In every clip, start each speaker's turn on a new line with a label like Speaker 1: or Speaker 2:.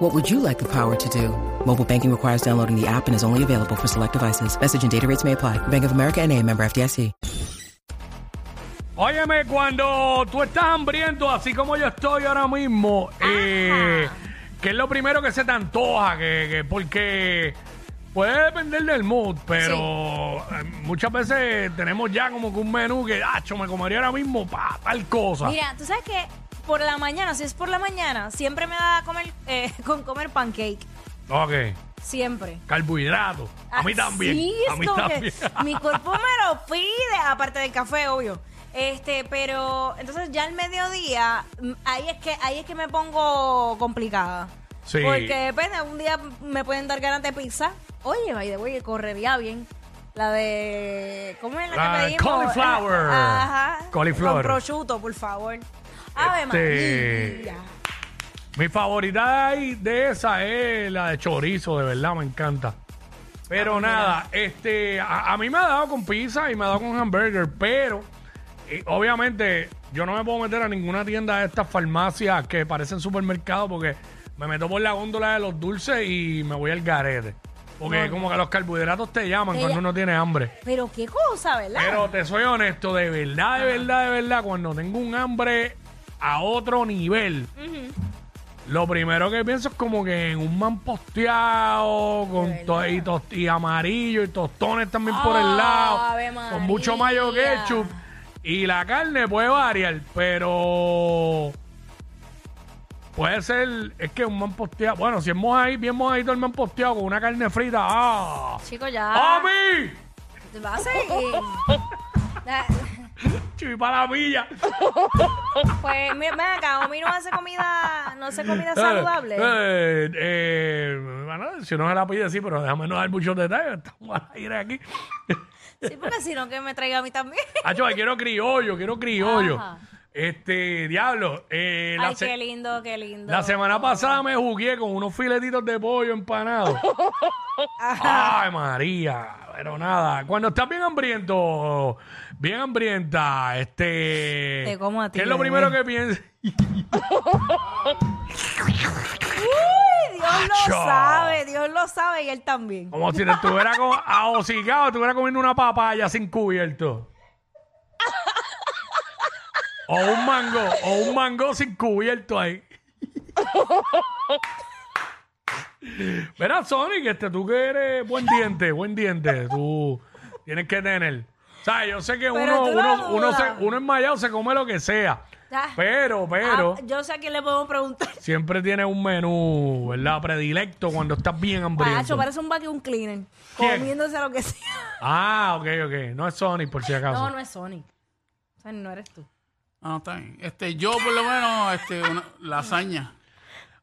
Speaker 1: What would you like the power to do? Mobile banking requires downloading the app and is only available for select devices. Message and data rates may apply. Bank of America and a member FDIC.
Speaker 2: Óyeme, cuando tú estás hambriento, así como yo estoy ahora mismo, eh, ¿qué es lo primero que se te antoja? Que, que- porque puede depender del mood, pero eh, muchas veces tenemos ya como que un menú que, "Acho, me comería ahora mismo pa, tal cosa.
Speaker 3: Mira, tú sabes que por la mañana, si es por la mañana, siempre me da a comer, eh, con comer pancake.
Speaker 2: Ok,
Speaker 3: Siempre.
Speaker 2: carbohidratos. A mí
Speaker 3: Ah,
Speaker 2: también.
Speaker 3: sí,
Speaker 2: a
Speaker 3: es
Speaker 2: mí
Speaker 3: como que
Speaker 2: también.
Speaker 3: mi cuerpo me lo pide, aparte del café, obvio. Este, pero entonces ya al mediodía, mm, ahí es que, ahí es que me pongo complicada.
Speaker 2: Sí.
Speaker 3: Porque depende, un día me pueden dar ganas de pizza. Oye, by the way, correría bien. La de. ¿Cómo es la,
Speaker 2: La
Speaker 3: que pedimos?
Speaker 2: cauliflower.
Speaker 3: Ajá.
Speaker 2: Cauliflower.
Speaker 3: Con prosciutto, por favor. Ave
Speaker 2: Este-
Speaker 3: María.
Speaker 2: Mi favorita ahí de esa es la de chorizo, de verdad, me encanta. Pero nada, este, a, a mí me ha dado con pizza y me ha dado con hamburger, pero eh, obviamente yo no me puedo meter a ninguna tienda de estas farmacias que parecen supermercados porque me meto por la góndola de los dulces y me voy al garete. Porque como que los carbohidratos te llaman
Speaker 3: Te
Speaker 2: cuando
Speaker 3: lla-
Speaker 2: uno tiene hambre.
Speaker 3: Pero qué cosa, ¿verdad?
Speaker 2: Pero te soy honesto, de verdad, de verdad, de verdad, cuando tengo un hambre a otro nivel, lo primero que pienso es como que en un man posteado, con to- y, tost- y amarillo, y tostones también por el
Speaker 3: Oh, Ave
Speaker 2: lado, con mucho mayo
Speaker 3: María.
Speaker 2: ketchup. Y la carne puede variar, pero puede ser, es que un man posteado, bueno, si es ahí, bien mojadito el man posteado con una carne frita, ¡ah!
Speaker 3: Chico, ya.
Speaker 2: ¡Mami!
Speaker 3: Te va a seguir. Da-
Speaker 2: Chivi para la villa.
Speaker 3: Pues, mira, ven acá, Omi no hace comida, no hace comida
Speaker 2: Eh,
Speaker 3: saludable.
Speaker 2: eh, eh, bueno, si no se la pide, sí, pero déjame no dar muchos detalles. Estamos al aire aquí.
Speaker 3: Sí, porque si no, que me traiga a mí también.
Speaker 2: Hacho, quiero criollo, quiero criollo.
Speaker 3: Ajá.
Speaker 2: Este, diablo, eh, la,
Speaker 3: Ay,
Speaker 2: se-
Speaker 3: qué lindo, qué lindo.
Speaker 2: la semana pasada me jugué con unos filetitos de pollo empanados. Ay, María. Pero nada, cuando estás bien hambriento, bien hambrienta, este...
Speaker 3: Te como a ti,
Speaker 2: ¿Qué es lo
Speaker 3: bebé.
Speaker 2: primero que piensas?
Speaker 3: Uy, Dios lo
Speaker 2: Acho.
Speaker 3: sabe, Dios lo sabe y él también.
Speaker 2: Como si te estuviera co- ahosigado, estuviera comiendo una papaya sin cubierto. O un mango, o un mango sin cubierto ahí. Verá, Sonic, este, tú que eres buen diente, buen diente, tú tienes que tener. O sea, yo sé que
Speaker 3: Pero
Speaker 2: uno,
Speaker 3: tú no
Speaker 2: uno, uno, se,
Speaker 3: dudas.
Speaker 2: uno enmayado se come lo que sea.
Speaker 3: Ah.
Speaker 2: Pero, pero,
Speaker 3: Ah, yo sé a quién le podemos preguntar.
Speaker 2: siempre tienes un menú, ¿verdad? Predilecto cuando estás bien hambriento.
Speaker 3: Pacho, parece un vacuum cleaner.
Speaker 2: ¿Quién?
Speaker 3: Comiéndose a lo que sea.
Speaker 2: Ah, ok, ok. No es Sony, por si acaso.
Speaker 3: No, no es Sony. Sony no eres tú.
Speaker 4: Ah, está bien. Este, yo por lo menos, este, una lasaña.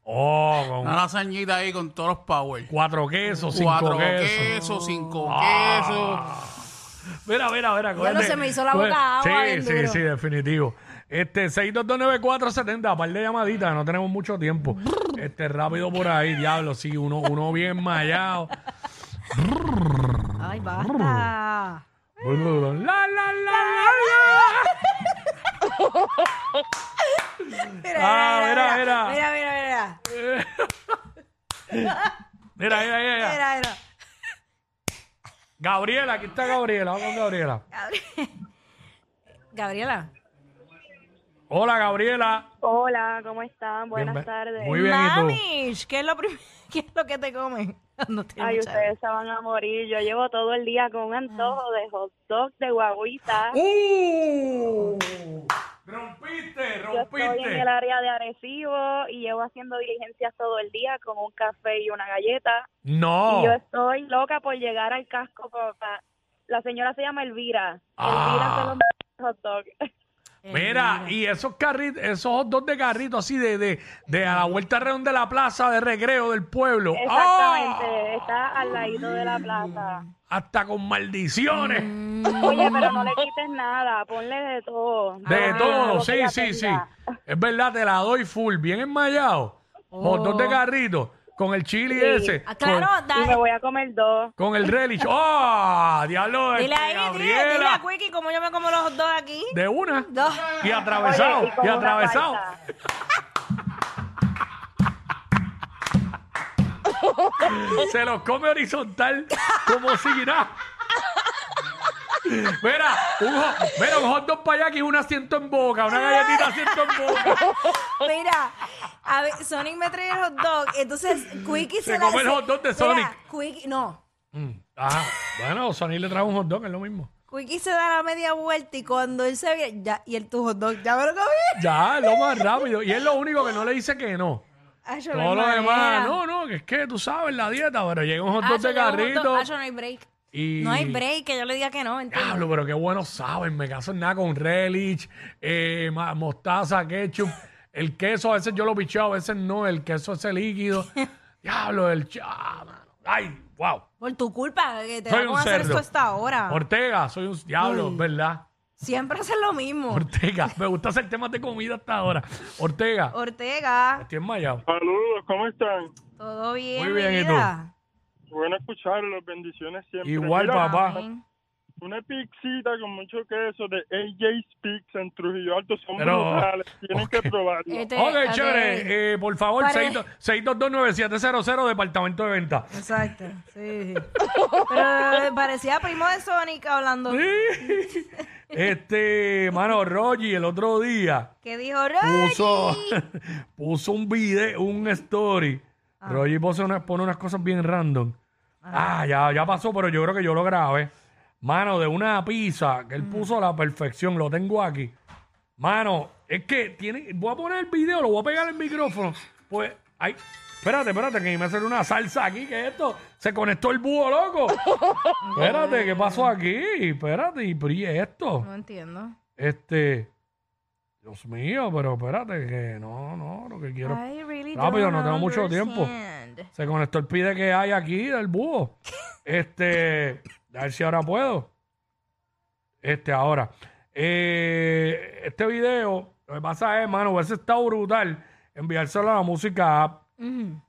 Speaker 2: Oh, con
Speaker 4: Una lasañita ahí con todos los power.
Speaker 2: cuatro quesos, cinco
Speaker 4: Cuatro
Speaker 2: quesos. Ah.
Speaker 4: quesos, cinco quesos.
Speaker 2: Mira, mira, mira.
Speaker 3: Ya no se me hizo la
Speaker 2: coge-
Speaker 3: boca agua
Speaker 2: Sí,
Speaker 3: bien
Speaker 2: sí,
Speaker 3: duro.
Speaker 2: sí, definitivo. Este, 6229470, par de llamaditas, no tenemos mucho tiempo. Este, rápido por ahí, diablo, sí, uno, uno bien mallado.
Speaker 3: Ay,
Speaker 2: Ah,
Speaker 3: basta.
Speaker 2: La, la, la, la,
Speaker 3: Mira,
Speaker 2: Ah, mira, mira.
Speaker 3: mira, mira, mira,
Speaker 2: la. Mira, mira,
Speaker 3: mira,
Speaker 2: mira, mira.
Speaker 3: mira, mira.
Speaker 2: Gabriela, aquí está Gabriela, vamos con Gabriela.
Speaker 3: Gabriela.
Speaker 2: Hola, Gabriela.
Speaker 5: Hola, ¿cómo están? Buenas
Speaker 2: Bienve-
Speaker 5: tardes.
Speaker 2: Muy bien, ¿y tú?
Speaker 3: Mamish, ¿qué es lo primero? ¿Qué es lo que te comen? No tiene
Speaker 5: Ay,
Speaker 3: mucha-
Speaker 5: ustedes se van a morir. Yo llevo todo el día con un
Speaker 2: Ah.
Speaker 5: antojo de hot dog, de guaguita.
Speaker 2: ¡Uh! Rompiste,
Speaker 5: Yo estoy en
Speaker 2: rompiste.
Speaker 5: el área de Arecibo y llevo haciendo diligencias todo el día con un café y una galleta.
Speaker 2: No.
Speaker 5: Y yo estoy loca por llegar al casco. pa- pa- La señora se llama Elvira.
Speaker 2: Ah.
Speaker 5: Elvira se los hot dog.
Speaker 3: eh,
Speaker 2: Mira, y esos carritos, esos dos de carrito así de, de, de a la vuelta redonda de la plaza de recreo del pueblo. ¡Ah! Oh.
Speaker 5: Exactamente, está al ladito de la plaza.
Speaker 2: hasta con maldiciones.
Speaker 5: Oye, pero no le quites nada, ponle de todo.
Speaker 2: De
Speaker 5: Ah,
Speaker 2: todo,
Speaker 5: lo que
Speaker 2: sí,
Speaker 5: ella
Speaker 2: sí, sí.
Speaker 5: tenga.
Speaker 2: Es verdad, te la doy full, bien enmayado. Hot dog de carrito, con el chili ese.
Speaker 3: Ah, Claro,
Speaker 2: Con,
Speaker 5: Y me
Speaker 3: dale.
Speaker 5: voy a comer dos.
Speaker 2: con el relish. ¡Ah! diablo, este,
Speaker 3: Dile ahí, dile, dile
Speaker 2: Gabriela.
Speaker 3: a Quickie cómo yo me como los dos aquí.
Speaker 2: De una.
Speaker 3: Dos.
Speaker 2: Y atravesado,
Speaker 5: Oye, y con
Speaker 2: y
Speaker 5: una
Speaker 2: atravesado.
Speaker 5: salsa.
Speaker 2: Se los come horizontal como si nada. Mira, un hot, mira, un hot dog para allá que es un asiento en boca, una galletita asiento en boca.
Speaker 3: Mira, a ver, Sonic me trae el hot dog, entonces Quickie
Speaker 2: Se
Speaker 3: se, la-
Speaker 2: come el hot dog de
Speaker 3: Mira,
Speaker 2: Sonic.
Speaker 3: Quickie, no.
Speaker 2: Mm, Ajá. Bueno, Sony le trae un hot dog, es lo mismo.
Speaker 3: Quickie se da la media vuelta y cuando él se ve, ya, y el tu hot dog, ya me lo comí.
Speaker 2: Ya, es lo más rápido. Y es lo único que no le dice que no.
Speaker 3: Ay, yo no
Speaker 2: Todo
Speaker 3: hay
Speaker 2: lo
Speaker 3: manera.
Speaker 2: demás, no, no, que es que tú sabes la dieta, pero llega un hot
Speaker 3: Ah,
Speaker 2: dog
Speaker 3: yo
Speaker 2: de
Speaker 3: llevo un hot dog.
Speaker 2: carrito.
Speaker 3: Ah, yo no hay break.
Speaker 2: Y...
Speaker 3: No hay break, que yo le diga que no, ¿entiendes?
Speaker 2: Diablo, pero qué bueno saben. Me caso en nada con relish, eh, ma- mostaza, ketchup. El queso a veces yo lo picheo, a veces no. El queso ese líquido. Diablo, el... ch- ah, mano. Ay, wow.
Speaker 3: Por tu culpa, que te
Speaker 2: Soy
Speaker 3: da
Speaker 2: un
Speaker 3: con hacer
Speaker 2: cerdo.
Speaker 3: esto hasta ahora.
Speaker 2: Ortega, soy un... Diablo, ¿verdad?
Speaker 3: Siempre haces lo mismo.
Speaker 2: Ortega. Me gusta hacer temas de comida hasta ahora. Ortega.
Speaker 3: Ortega,
Speaker 2: Estoy enmayado.
Speaker 6: Saludos, ¿cómo están?
Speaker 3: todo bien,
Speaker 2: Muy bien, ¿y tú?
Speaker 3: vida?
Speaker 6: Bueno escucharlos, bendiciones siempre.
Speaker 2: Igual,
Speaker 6: Mira,
Speaker 2: papá.
Speaker 3: Amén.
Speaker 6: Una pizzita con mucho queso de AJ's Pizza en Trujillo Alto son
Speaker 2: Pero,
Speaker 6: brutales, tienen
Speaker 2: ok.
Speaker 6: que probarlo.
Speaker 3: Este-
Speaker 2: Ok,
Speaker 3: este-
Speaker 2: chévere. Eh, por favor,
Speaker 3: Pare-
Speaker 2: 622- 6229700, departamento de venta.
Speaker 3: Exacto, sí. sí. Pero eh, parecía primo de Sonic hablando.
Speaker 2: este, mano, Rogi, el otro día
Speaker 3: Que dijo, "Roy".
Speaker 2: puso, puso un video, un story. Rogi puso una- pone unas cosas bien random. Ah, ya, ya pasó, pero yo creo que yo lo grabé. Mano, de una pizza que él puso a la perfección, lo tengo aquí. Mano, es que tiene. Voy a poner el video, lo voy a pegar el micrófono. Pues, ay. Espérate, espérate, que me hacer una salsa aquí, que esto. Se conectó el búho, loco. espérate, ¿qué pasó aquí? Espérate, ¿y por qué esto?
Speaker 3: No entiendo.
Speaker 2: Este. Dios mío, pero espérate, que no, no, lo que quiero.
Speaker 3: I really
Speaker 2: rápido,
Speaker 3: don't
Speaker 2: no tengo mucho tiempo.
Speaker 3: understand.
Speaker 2: Se conectó el pide que hay aquí del búho. Este. A ver si ahora puedo. Este, ahora. Eh, este video, lo que pasa es, mano, hubiese estado brutal enviárselo a la música app
Speaker 3: Ujú.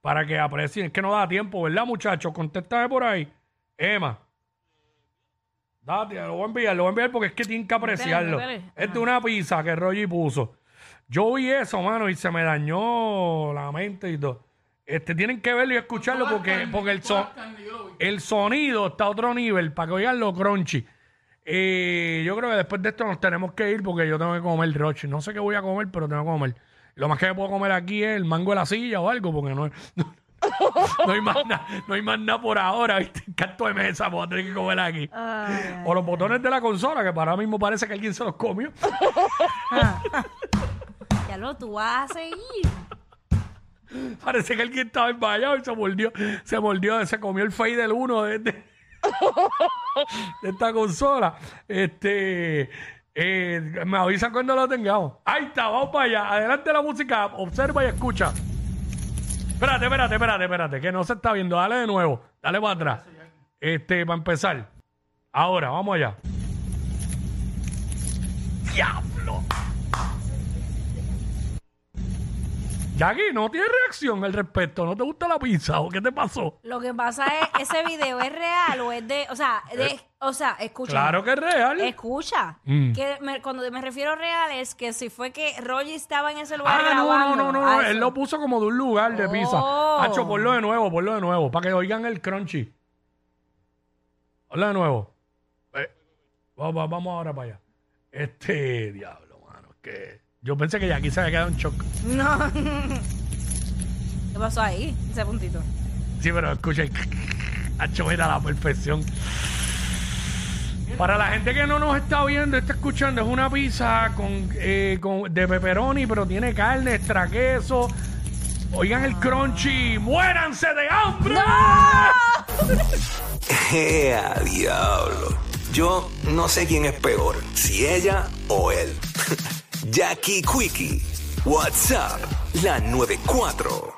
Speaker 2: para que aprecien. Es que no da tiempo, ¿verdad, muchachos? Contéstame por ahí. Emma. Date, lo voy a enviar, lo voy a enviar porque es que tienen que apreciarlo.
Speaker 3: métele.
Speaker 2: Esta Es de una pizza que Roger puso. Yo vi eso, mano, y se me dañó la mente y todo. Este, tienen que verlo y escucharlo porque, porque el, son, el sonido está a otro nivel para que oigan lo crunchy. Eh, yo creo que después de esto nos tenemos que ir porque yo tengo que comer Roche. No sé qué voy a comer, pero tengo que comer. Lo más que puedo comer aquí es el mango de la silla o algo, porque no, no, no hay más nada no hay más nada por ahora. ¿viste? Canto de mesa, pues, voy a tener que comer aquí.
Speaker 3: Ay,
Speaker 2: O los botones de la consola, que para mismo parece que alguien se los comió.
Speaker 3: ya lo tú vas a seguir.
Speaker 2: Parece que alguien estaba envallado y se mordió, se mordió, se comió el fade del uno de, de- de esta consola. Este, eh, me avisa cuando lo tengamos. Ahí está, vamos para allá. Adelante la música, observa y escucha. Espérate, espérate, espérate, espérate, que no se está viendo. Dale de nuevo, dale para atrás. Este, para empezar. Ahora, vamos allá. ¡Diablo! Jackie, no tiene reacción al respecto. ¿No te gusta la pizza o qué te pasó?
Speaker 3: Lo que pasa es, ¿ese video es real o es de, o sea, de, o sea, escucha.
Speaker 2: Claro que es real.
Speaker 3: Escucha,
Speaker 2: Mm.
Speaker 3: que me- cuando me refiero a real es que si fue que Roger estaba en ese lugar
Speaker 2: Ah, no, no,
Speaker 3: grabando.
Speaker 2: no, no,
Speaker 3: Ah,
Speaker 2: no.
Speaker 3: eso.
Speaker 2: Él lo puso como de un lugar de pizza.
Speaker 3: Oh.
Speaker 2: Hacho, ponlo de nuevo, ponlo de nuevo, para que oigan el crunchy. Ponlo de nuevo. Eh, va- va- vamos, ahora para allá. Este, diablo, mano, que... Yo pensé que Jackie se había quedado en shock.
Speaker 3: No. ¿Qué pasó ahí? Ese puntito.
Speaker 2: Sí, pero escucha, Hacho, mira la perfección. Para la gente que no nos está viendo, está escuchando, es una pizza con, eh, con- de pepperoni, pero tiene carne, extra queso. Oigan el crunchy, muéranse de hambre.
Speaker 7: ¡Ea, diablo! Yo no sé quién es peor, si ella o él. Jackie Quickie, WhatsApp, la 94.